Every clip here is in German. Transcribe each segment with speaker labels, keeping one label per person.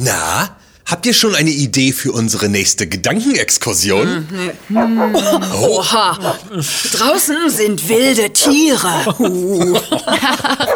Speaker 1: Na, habt ihr schon eine Idee für unsere nächste Gedankenexkursion?
Speaker 2: Oha, draußen sind wilde Tiere. Uh.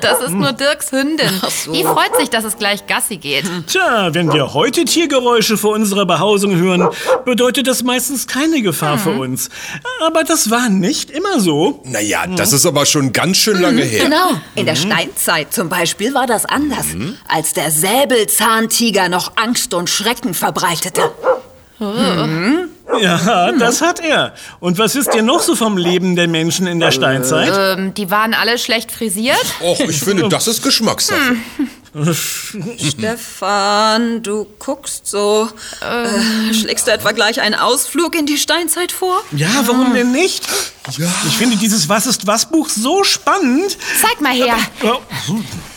Speaker 3: Das ist nur Dirks Hündin. Die freut sich, dass es gleich Gassi geht.
Speaker 4: Tja, wenn wir heute Tiergeräusche vor unserer Behausung hören, bedeutet das meistens keine Gefahr für uns. Aber das war nicht immer so.
Speaker 1: Naja, das ist aber schon ganz schön lange her.
Speaker 2: Genau. In der Steinzeit zum Beispiel war das anders, als der Säbelzahntiger noch Angst und Schrecken verbreitete.
Speaker 4: Ja, das hat er. Und was wisst ihr noch so vom Leben der Menschen in der Steinzeit?
Speaker 3: Ähm, die waren alle schlecht frisiert.
Speaker 1: Och, ich finde, das ist Geschmackssache.
Speaker 2: Stefan, du guckst so. Äh, schlägst du etwa gleich einen Ausflug in die Steinzeit vor?
Speaker 4: Ja, warum denn nicht? Ich finde dieses Was ist was Buch so spannend.
Speaker 3: Zeig mal her.
Speaker 4: Oh,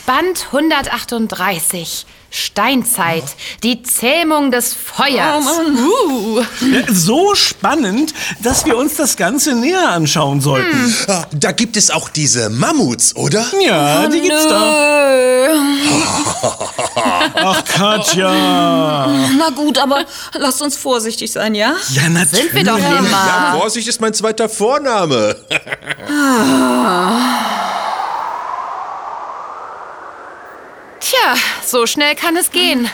Speaker 3: Band 138. Steinzeit. Die Zähmung des Feuers. uh.
Speaker 4: ja, äh, So spannend, dass wir uns das Ganze näher anschauen sollten.
Speaker 1: Ah, Da gibt es auch diese Mammuts, oder?
Speaker 4: Ja, die gibt's da. Ach, Katja.
Speaker 2: Na gut, aber lasst uns vorsichtig sein, ja?
Speaker 4: Ja, natürlich.
Speaker 3: Sind wir doch immer.
Speaker 1: Ja, Vorsicht ist mein zweiter Vorname.
Speaker 3: Tja, so schnell kann es gehen.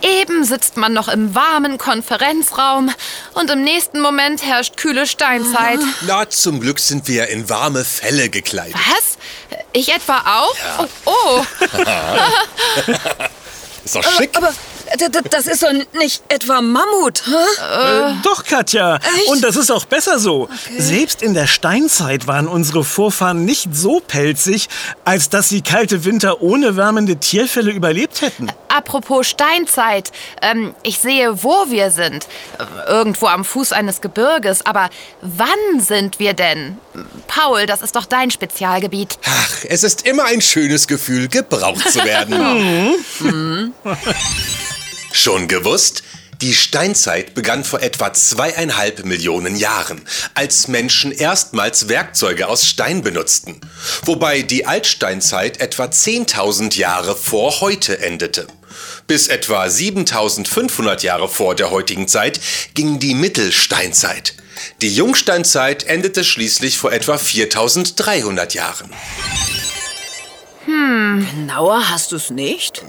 Speaker 3: Eben sitzt man noch im warmen Konferenzraum und im nächsten Moment herrscht kühle Steinzeit.
Speaker 1: Na, zum Glück sind wir in warme Felle gekleidet.
Speaker 3: Was? Ich etwa auch? Oh, oh.
Speaker 1: Ist doch schick.
Speaker 2: Aber äh, d- d- das ist doch nicht etwa Mammut, hä?
Speaker 4: Äh, Doch, Katja. Und das ist auch besser so. Selbst in der Steinzeit waren unsere Vorfahren nicht so pelzig, als dass sie kalte Winter ohne wärmende Tierfälle überlebt hätten.
Speaker 3: Apropos Steinzeit. Ähm, ich sehe, wo wir sind. Äh, Irgendwo am Fuß eines Gebirges. Aber wann sind wir denn? Paul, das ist doch dein Spezialgebiet.
Speaker 1: Ach, es ist immer ein schönes Gefühl, gebraucht zu werden. Schon gewusst? Die Steinzeit begann vor etwa zweieinhalb Millionen Jahren, als Menschen erstmals Werkzeuge aus Stein benutzten, wobei die Altsteinzeit etwa 10.000 Jahre vor heute endete. Bis etwa 7.500 Jahre vor der heutigen Zeit ging die Mittelsteinzeit. Die Jungsteinzeit endete schließlich vor etwa 4.300 Jahren.
Speaker 2: Genauer hast du es nicht?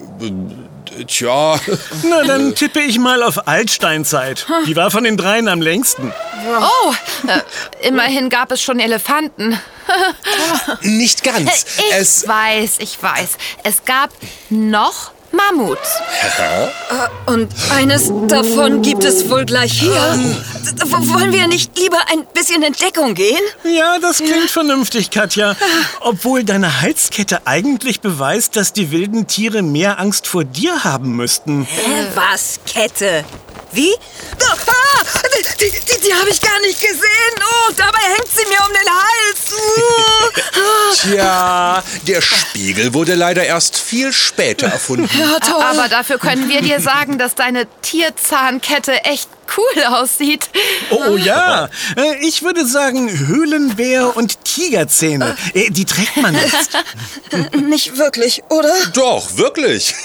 Speaker 1: Tja,
Speaker 4: Na, dann tippe ich mal auf Altsteinzeit. Die war von den dreien am längsten.
Speaker 3: Oh, äh, immerhin gab es schon Elefanten.
Speaker 1: nicht ganz.
Speaker 3: Ich
Speaker 1: es
Speaker 3: weiß, ich weiß. Es gab noch Mammuts.
Speaker 2: Und eines davon gibt es wohl gleich hier. D- w- Wollen wir nicht lieber ein bisschen in Deckung gehen?
Speaker 4: Ja, das klingt vernünftig, Katja. Obwohl deine Halskette eigentlich beweist, dass die wilden Tiere mehr Angst vor dir haben müssten.
Speaker 2: Hä, was? Kette? Wie? Ah, die die, die habe ich gar nicht gesehen. Oh, dabei hängt sie mir um den Hals. Uh.
Speaker 1: Tja, der Spiegel wurde leider erst viel später erfunden.
Speaker 2: Ja, toll.
Speaker 3: Aber dafür können wir dir sagen, dass deine Tierzahnkette echt cool aussieht.
Speaker 4: Oh ja, Äh, ich würde sagen Höhlenbär und Tigerzähne. Äh, Die trägt man jetzt.
Speaker 2: Ah, nicht wirklich, oder?
Speaker 1: Doch, wirklich.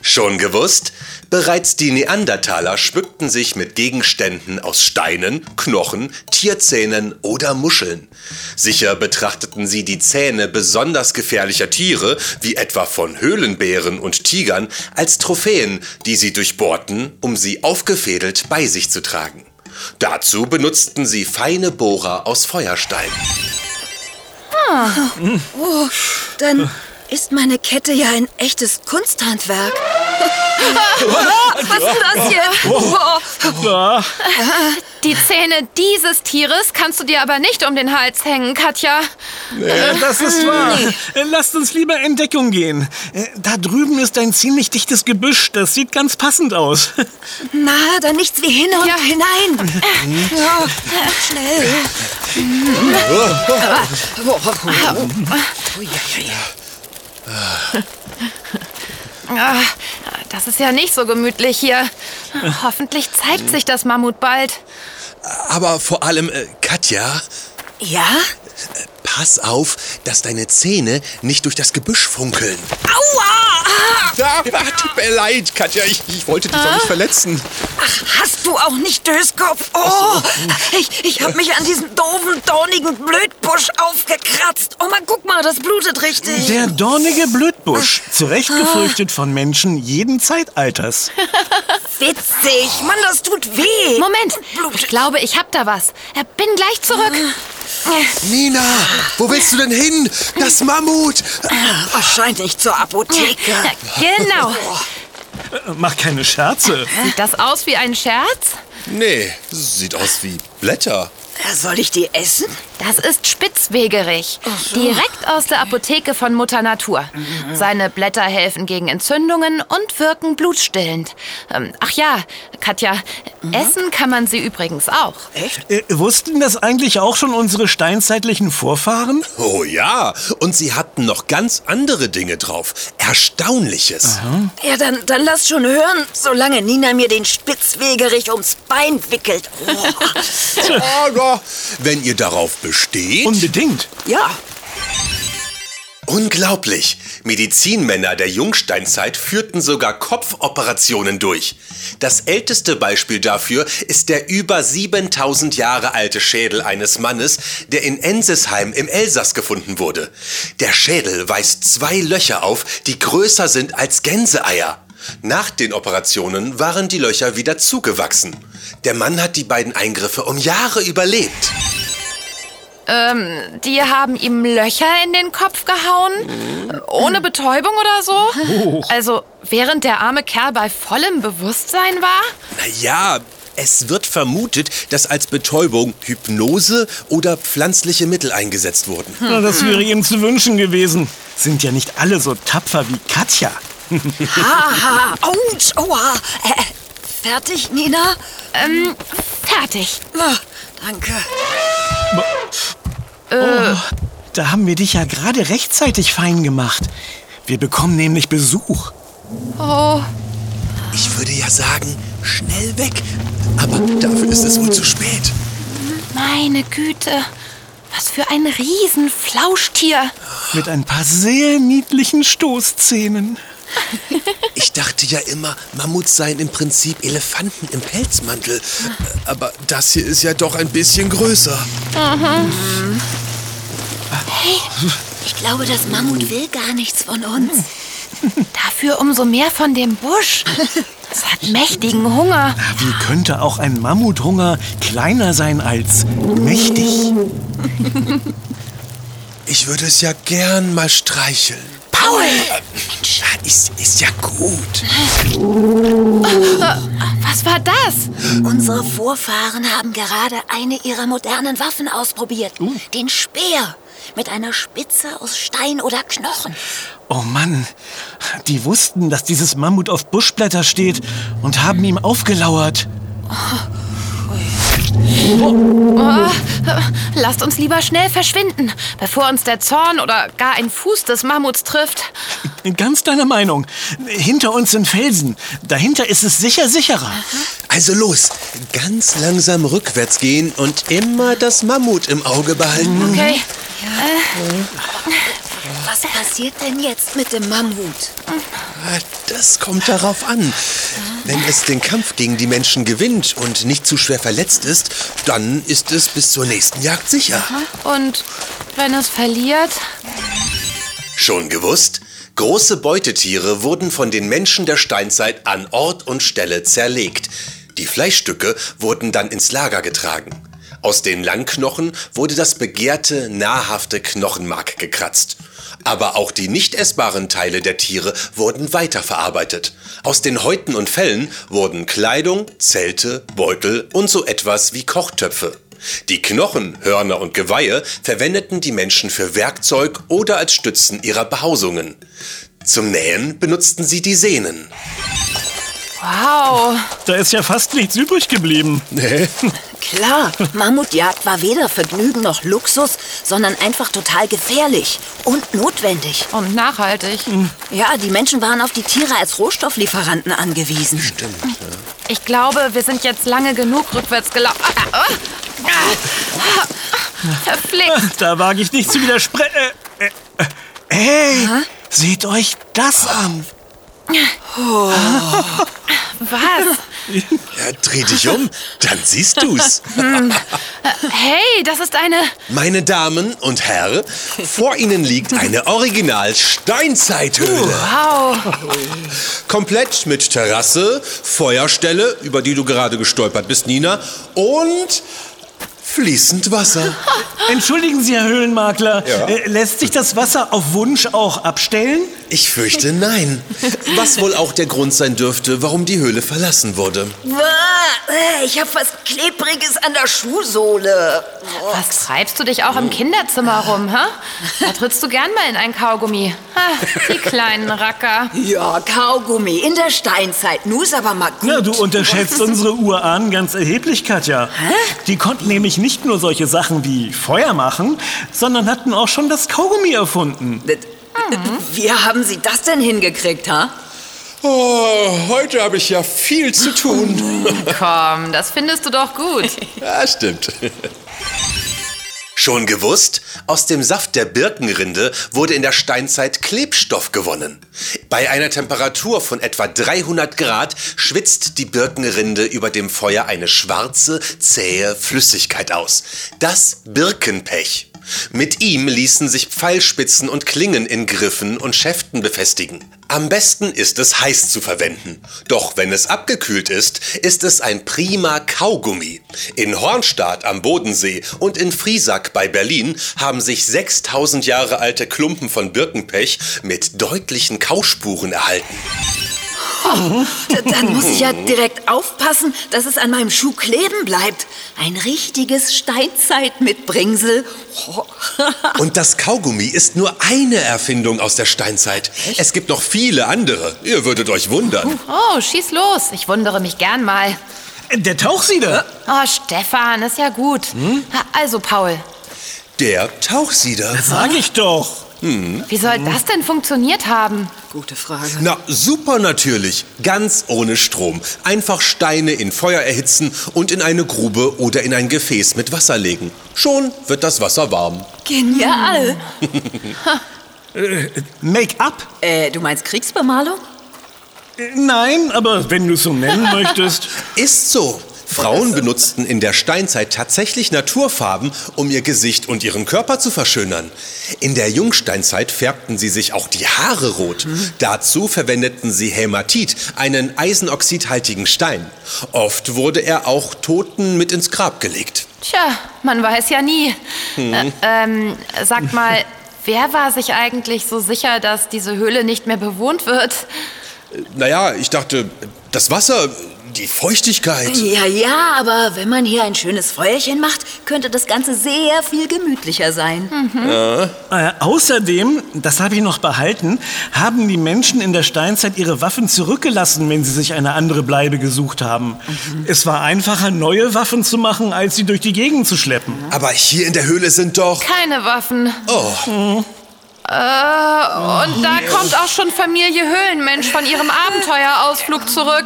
Speaker 1: Schon gewusst? Bereits die Neandertaler schmückten sich mit Gegenständen aus Steinen, Knochen, Tierzähnen oder Muscheln. Sicher betrachteten sie die Zähne besonders gefährlicher Tiere, wie etwa von Höhlenbären und Tigern, als Trophäen, die sie durchbohrten, um sie aufgefädelt bei sich zu tragen. Dazu benutzten sie feine Bohrer aus Feuerstein.
Speaker 2: Oh, dann ist meine Kette ja ein echtes Kunsthandwerk. Was ist das hier? Oh,
Speaker 4: Ah,
Speaker 3: Die Zähne dieses Tieres kannst du dir aber nicht um den Hals hängen, Katja.
Speaker 4: äh, Das ist wahr. Äh, Lasst uns lieber in Deckung gehen. Äh, Da drüben ist ein ziemlich dichtes Gebüsch. Das sieht ganz passend aus.
Speaker 2: Na, dann nichts wie hin und
Speaker 3: Ja.
Speaker 2: hinein. Ja, schnell. Oh, oh, oh.
Speaker 3: Ah, Das ist ja nicht so gemütlich hier. Hoffentlich zeigt sich das Mammut bald.
Speaker 1: Aber vor allem, äh, Katja,
Speaker 2: Ja?
Speaker 1: Pass auf, dass deine Zähne nicht durch das Gebüsch funkeln.
Speaker 2: Aua! Ah.
Speaker 1: Ja, Ah, tut mir leid, Katja. Ich, wollte dich doch nicht verletzen.
Speaker 2: Ach, hast du auch nicht Döskopf? Oh, ich, ich habe mich an diesem doofen, dornigen Blödbusch aufgekratzt. Oh Mann, guck mal, das blutet richtig.
Speaker 4: Der dornige Blödbusch, zu Recht gefürchtet von Menschen jeden Zeitalters.
Speaker 2: Witzig. Mann, das tut weh.
Speaker 3: Moment,
Speaker 2: Blut.
Speaker 3: ich glaube, ich hab da was. Äh, Bin gleich zurück.
Speaker 1: Nina, wo willst du denn hin? Das Mammut!
Speaker 2: Wahrscheinlich zur Apotheke.
Speaker 3: Genau.
Speaker 4: Äh, Mach keine Scherze.
Speaker 3: Sieht das aus wie ein Scherz?
Speaker 1: Nee, sieht aus wie Blätter.
Speaker 2: Äh, Soll ich die essen?
Speaker 3: Das ist Spitzwegerich. Direkt aus der Apotheke von Mutter Natur. Seine Blätter helfen gegen Entzündungen und wirken blutstillend. Ähm, ach ja, Katja, essen kann man sie übrigens auch.
Speaker 4: Äh, wussten das eigentlich auch schon unsere steinzeitlichen Vorfahren?
Speaker 1: Oh ja, und sie hatten noch ganz andere Dinge drauf. Erstaunliches.
Speaker 2: Ja, dann, dann lass schon hören, solange Nina mir den Spitzwegerich ums Bein wickelt. Oh.
Speaker 1: Aber wenn ihr darauf besteht.
Speaker 4: Unbedingt.
Speaker 2: ja,
Speaker 1: Unglaublich! Medizinmänner der Jungsteinzeit führten sogar Kopfoperationen durch. Das älteste Beispiel dafür ist der über 7000 Jahre alte Schädel eines Mannes, der in Ensisheim im Elsass gefunden wurde. Der Schädel weist zwei Löcher auf, die größer sind als Gänseeier. Nach den Operationen waren die Löcher wieder zugewachsen. Der Mann hat die beiden Eingriffe um Jahre überlebt.
Speaker 3: Die haben ihm Löcher in den Kopf gehauen, ohne Betäubung oder so. Also während der arme Kerl bei vollem Bewusstsein war.
Speaker 1: Naja, es wird vermutet, dass als Betäubung Hypnose oder pflanzliche Mittel eingesetzt wurden.
Speaker 4: Na, das wäre ihm zu wünschen gewesen. Sind ja nicht alle so tapfer wie Katja.
Speaker 2: Haha, ouch, oha. Äh, fertig, Nina?
Speaker 3: Ähm, fertig.
Speaker 2: Ah, danke.
Speaker 4: Oh, Da haben wir dich ja gerade rechtzeitig fein gemacht. Wir bekommen nämlich Besuch.
Speaker 3: Oh,
Speaker 1: Ich würde ja sagen, schnell weg. Aber dafür ist es wohl zu spät.
Speaker 3: meine Güte. Was für ein Riesenflauschtier.
Speaker 4: Mit ein paar sehr niedlichen Stoßzähnen.
Speaker 1: Ich dachte ja immer, Mammuts seien im Prinzip Elefanten im Pelzmantel. Äh, Aber das hier ist ja doch ein bisschen größer.
Speaker 2: Ich glaube, das Mammut will gar nichts von uns.
Speaker 3: Dafür umso mehr von dem Busch. Es hat mächtigen Hunger.
Speaker 4: Wie könnte auch ein Mammuthunger kleiner sein als mächtig?
Speaker 1: Ich würde es ja gern mal streicheln. Äh,
Speaker 3: Paul!
Speaker 1: Ist, ist ja gut.
Speaker 3: Was war das?
Speaker 2: Unsere Vorfahren haben gerade eine ihrer modernen Waffen ausprobiert. Den Speer. Mit einer Spitze aus Stein oder Knochen.
Speaker 4: Oh Mann, die wussten, dass dieses Mammut auf Buschblätter steht und haben ihm aufgelauert.
Speaker 3: Oh, Lasst uns lieber schnell verschwinden, bevor uns der Zorn oder gar ein Fuß des Mammuts trifft.
Speaker 4: Ganz deiner Meinung. Hinter uns sind Felsen. Dahinter ist es sicher sicherer.
Speaker 1: Also los, ganz langsam rückwärts gehen und immer das Mammut im Auge behalten.
Speaker 3: Okay.
Speaker 2: Was passiert denn jetzt mit dem Mammut?
Speaker 1: Ah, Das kommt darauf an. Wenn es den Kampf gegen die Menschen gewinnt und nicht zu schwer verletzt ist, dann ist es bis zur nächsten Jagd sicher.
Speaker 3: Und wenn es verliert?
Speaker 1: Schon gewusst? Große Beutetiere wurden von den Menschen der Steinzeit an Ort und Stelle zerlegt. Die Fleischstücke wurden dann ins Lager getragen. Aus den Langknochen wurde das begehrte, nahrhafte Knochenmark gekratzt. Aber auch die nicht essbaren Teile der Tiere wurden weiterverarbeitet. Aus den Häuten und Fellen wurden Kleidung, Zelte, Beutel und so etwas wie Kochtöpfe. Die Knochen, Hörner und Geweihe verwendeten die Menschen für Werkzeug oder als Stützen ihrer Behausungen. Zum Nähen benutzten sie die Sehnen.
Speaker 3: Wow.
Speaker 4: Da ist ja fast nichts übrig geblieben.
Speaker 2: Klar, Mammutjagd war weder Vergnügen noch Luxus, sondern einfach total gefährlich und notwendig.
Speaker 3: Und nachhaltig.
Speaker 2: Ja, die Menschen waren auf die Tiere als Rohstofflieferanten angewiesen.
Speaker 3: Ich glaube, wir sind jetzt lange genug rückwärts gelaufen. Verflixt.
Speaker 4: Da wage ich nicht zu widersprechen. Äh, äh, äh, hey, seht euch das an.
Speaker 3: Was?
Speaker 1: Ja, dreh dich um, dann siehst du's.
Speaker 3: Hey, das ist eine...
Speaker 1: Meine Damen und Herren, vor Ihnen liegt eine Original-Steinzeithöhle.
Speaker 3: Wow.
Speaker 1: Komplett mit Terrasse, Feuerstelle, über die du gerade gestolpert bist, Nina, und fließend Wasser.
Speaker 4: Entschuldigen Sie, Herr Höhlenmakler,
Speaker 1: Ja.
Speaker 4: äh, lässt sich das Wasser auf Wunsch auch abstellen?
Speaker 1: Ich fürchte, nein. Was wohl auch der Grund sein dürfte, warum die Höhle verlassen wurde.
Speaker 2: Uah, äh, Ich habe was Klebriges an der Schuhsohle.
Speaker 3: Was treibst du dich auch im Kinderzimmer rum, hä? Da trittst du gern mal in ein Kaugummi. Ha, die kleinen Racker.
Speaker 2: Ja, Kaugummi in der Steinzeit. Nu's aber mal gut.
Speaker 4: Ja, du unterschätzt unsere Urahnen ganz erheblich, Katja. Die konnten nämlich nicht nur solche Sachen wie Feuer machen, sondern hatten auch schon das Kaugummi erfunden.
Speaker 2: Wie haben Sie das denn hingekriegt, ha?
Speaker 1: Oh, heute habe ich ja viel zu tun.
Speaker 3: Komm, das findest du doch gut.
Speaker 1: Ja, stimmt. Schon gewusst? Aus dem Saft der Birkenrinde wurde in der Steinzeit Klebstoff gewonnen. Bei einer Temperatur von etwa 300 Grad schwitzt die Birkenrinde über dem Feuer eine schwarze, zähe Flüssigkeit aus. Das Birkenpech. Mit ihm ließen sich Pfeilspitzen und Klingen in Griffen und Schäften befestigen. Am besten ist es heiß zu verwenden. Doch wenn es abgekühlt ist, ist es ein prima Kaugummi. In Hornstadt am Bodensee und in Friesack bei Berlin haben sich 6000 Jahre alte Klumpen von Birkenpech mit deutlichen Kauspuren erhalten.
Speaker 2: D- Dann muss ich ja direkt aufpassen, dass es an meinem Schuh kleben bleibt. Ein richtiges Steinzeit-Mitbringsel. Oh.
Speaker 1: Und das Kaugummi ist nur eine Erfindung aus der Steinzeit. Es gibt noch viele andere. Ihr würdet euch wundern.
Speaker 3: Oh, schieß los. Ich wundere mich gern mal.
Speaker 4: Äh, Der Tauchsieder.
Speaker 3: Oh, Stefan, ist ja gut. Ha, Also, Paul,
Speaker 1: Der Tauchsieder.
Speaker 4: Sag ich doch.
Speaker 3: wie soll das denn funktioniert haben?
Speaker 2: Gute Frage.
Speaker 1: Na, super natürlich. Ganz ohne Strom. Einfach Steine in Feuer erhitzen und in eine Grube oder in ein Gefäß mit Wasser legen. Schon wird das Wasser warm.
Speaker 2: Genial.
Speaker 4: Make-up?
Speaker 2: Äh, du meinst Kriegsbemalung?
Speaker 4: Äh, Nein, aber wenn du es so nennen möchtest.
Speaker 1: Ist so. Frauen benutzten in der Steinzeit tatsächlich Naturfarben, um ihr Gesicht und ihren Körper zu verschönern. In der Jungsteinzeit färbten sie sich auch die Haare rot. Dazu verwendeten sie Hämatit, einen eisenoxidhaltigen Stein. Oft wurde er auch Toten mit ins Grab gelegt.
Speaker 3: Tja, man weiß ja nie. Äh, ähm, sag mal, wer war sich eigentlich so sicher, dass diese Höhle nicht mehr bewohnt wird?
Speaker 1: Naja, ich dachte, das Wasser, die Feuchtigkeit.
Speaker 2: Ja, ja, aber wenn man hier ein schönes Feuerchen macht, könnte das Ganze sehr viel gemütlicher sein.
Speaker 4: Äh, außerdem, das habe ich noch behalten, haben die Menschen in der Steinzeit ihre Waffen zurückgelassen, wenn sie sich eine andere Bleibe gesucht haben. Es war einfacher, neue Waffen zu machen, als sie durch die Gegend zu schleppen.
Speaker 1: Aber hier in der Höhle sind doch.
Speaker 3: Keine Waffen.
Speaker 1: Oh,
Speaker 3: Äh, und da kommt auch schon Familie Höhlenmensch von ihrem Abenteuerausflug zurück.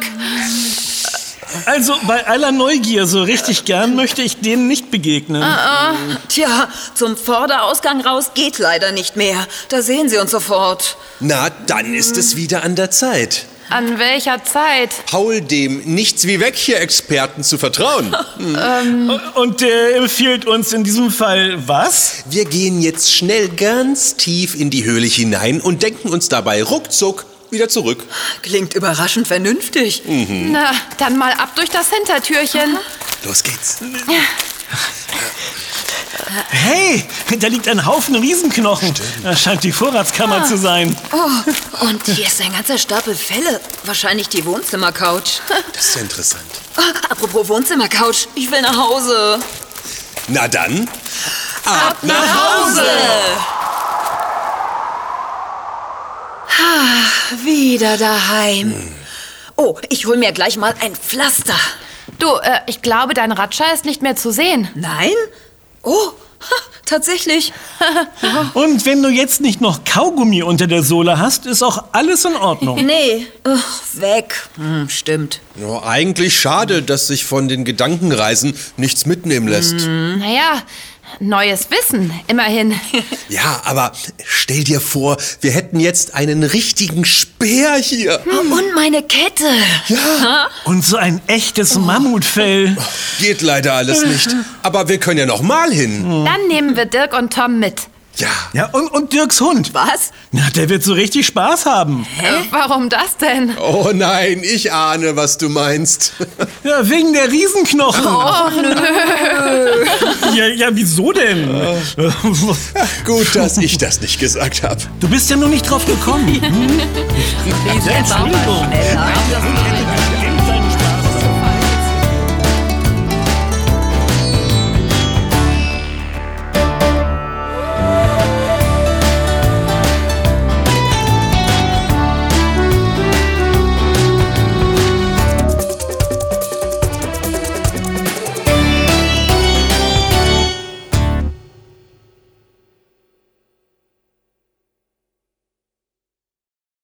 Speaker 4: Also bei aller Neugier, so richtig gern möchte ich denen nicht begegnen.
Speaker 2: Tja, zum Vorderausgang raus geht leider nicht mehr. Da sehen Sie uns sofort.
Speaker 1: na, dann ist es wieder an der Zeit.
Speaker 3: An welcher Zeit?
Speaker 1: Paul dem nichts wie weg hier Experten zu vertrauen.
Speaker 4: Und der empfiehlt uns in diesem Fall was?
Speaker 1: Wir gehen jetzt schnell ganz tief in die Höhle hinein und denken uns dabei ruckzuck wieder zurück.
Speaker 2: Klingt überraschend vernünftig.
Speaker 3: Na, dann mal ab durch das Hintertürchen.
Speaker 1: Los geht's.
Speaker 4: Hey, da liegt ein Haufen Riesenknochen. Das scheint die Vorratskammer zu sein.
Speaker 2: Oh, und hier ist ein ganzer Stapel Fälle. Wahrscheinlich die Wohnzimmercouch.
Speaker 1: Das ist ja interessant.
Speaker 2: Ah, Apropos Wohnzimmercouch, ich will nach Hause.
Speaker 1: Na dann, ab
Speaker 2: Wieder daheim. Oh, ich hol mir gleich mal ein Pflaster.
Speaker 3: Du, äh, ich glaube, dein Ratscher ist nicht mehr zu sehen.
Speaker 2: Nein? Oh, ha, tatsächlich.
Speaker 4: Und wenn du jetzt nicht noch Kaugummi unter der Sohle hast, ist auch alles in Ordnung.
Speaker 2: Nee, Ugh, weg. Hm, stimmt.
Speaker 1: Oh, eigentlich schade, dass sich von den Gedankenreisen nichts mitnehmen lässt.
Speaker 3: Naja, Neues Wissen, immerhin.
Speaker 1: Ja, aber stell dir vor, wir hätten jetzt einen richtigen Speer hier.
Speaker 3: Und meine Kette.
Speaker 4: Und so ein echtes Mammutfell.
Speaker 1: Geht leider alles nicht. Aber wir können ja noch mal hin.
Speaker 3: Dann nehmen wir Dirk und Tom mit.
Speaker 1: Ja.
Speaker 4: Ja, und, und Dirks Hund.
Speaker 2: Was?
Speaker 4: Na, der wird so richtig Spaß haben.
Speaker 3: Äh, Warum das denn?
Speaker 1: Oh nein, ich ahne, was du meinst.
Speaker 4: Ja, wegen der Riesenknochen.
Speaker 3: Oh,
Speaker 4: Ja, ja, wieso denn?
Speaker 1: Gut, dass ich das nicht gesagt habe.
Speaker 2: Äh,
Speaker 4: Du bist ja nur nicht drauf gekommen. Hm? Ja, Entschuldigung.
Speaker 2: Schneller.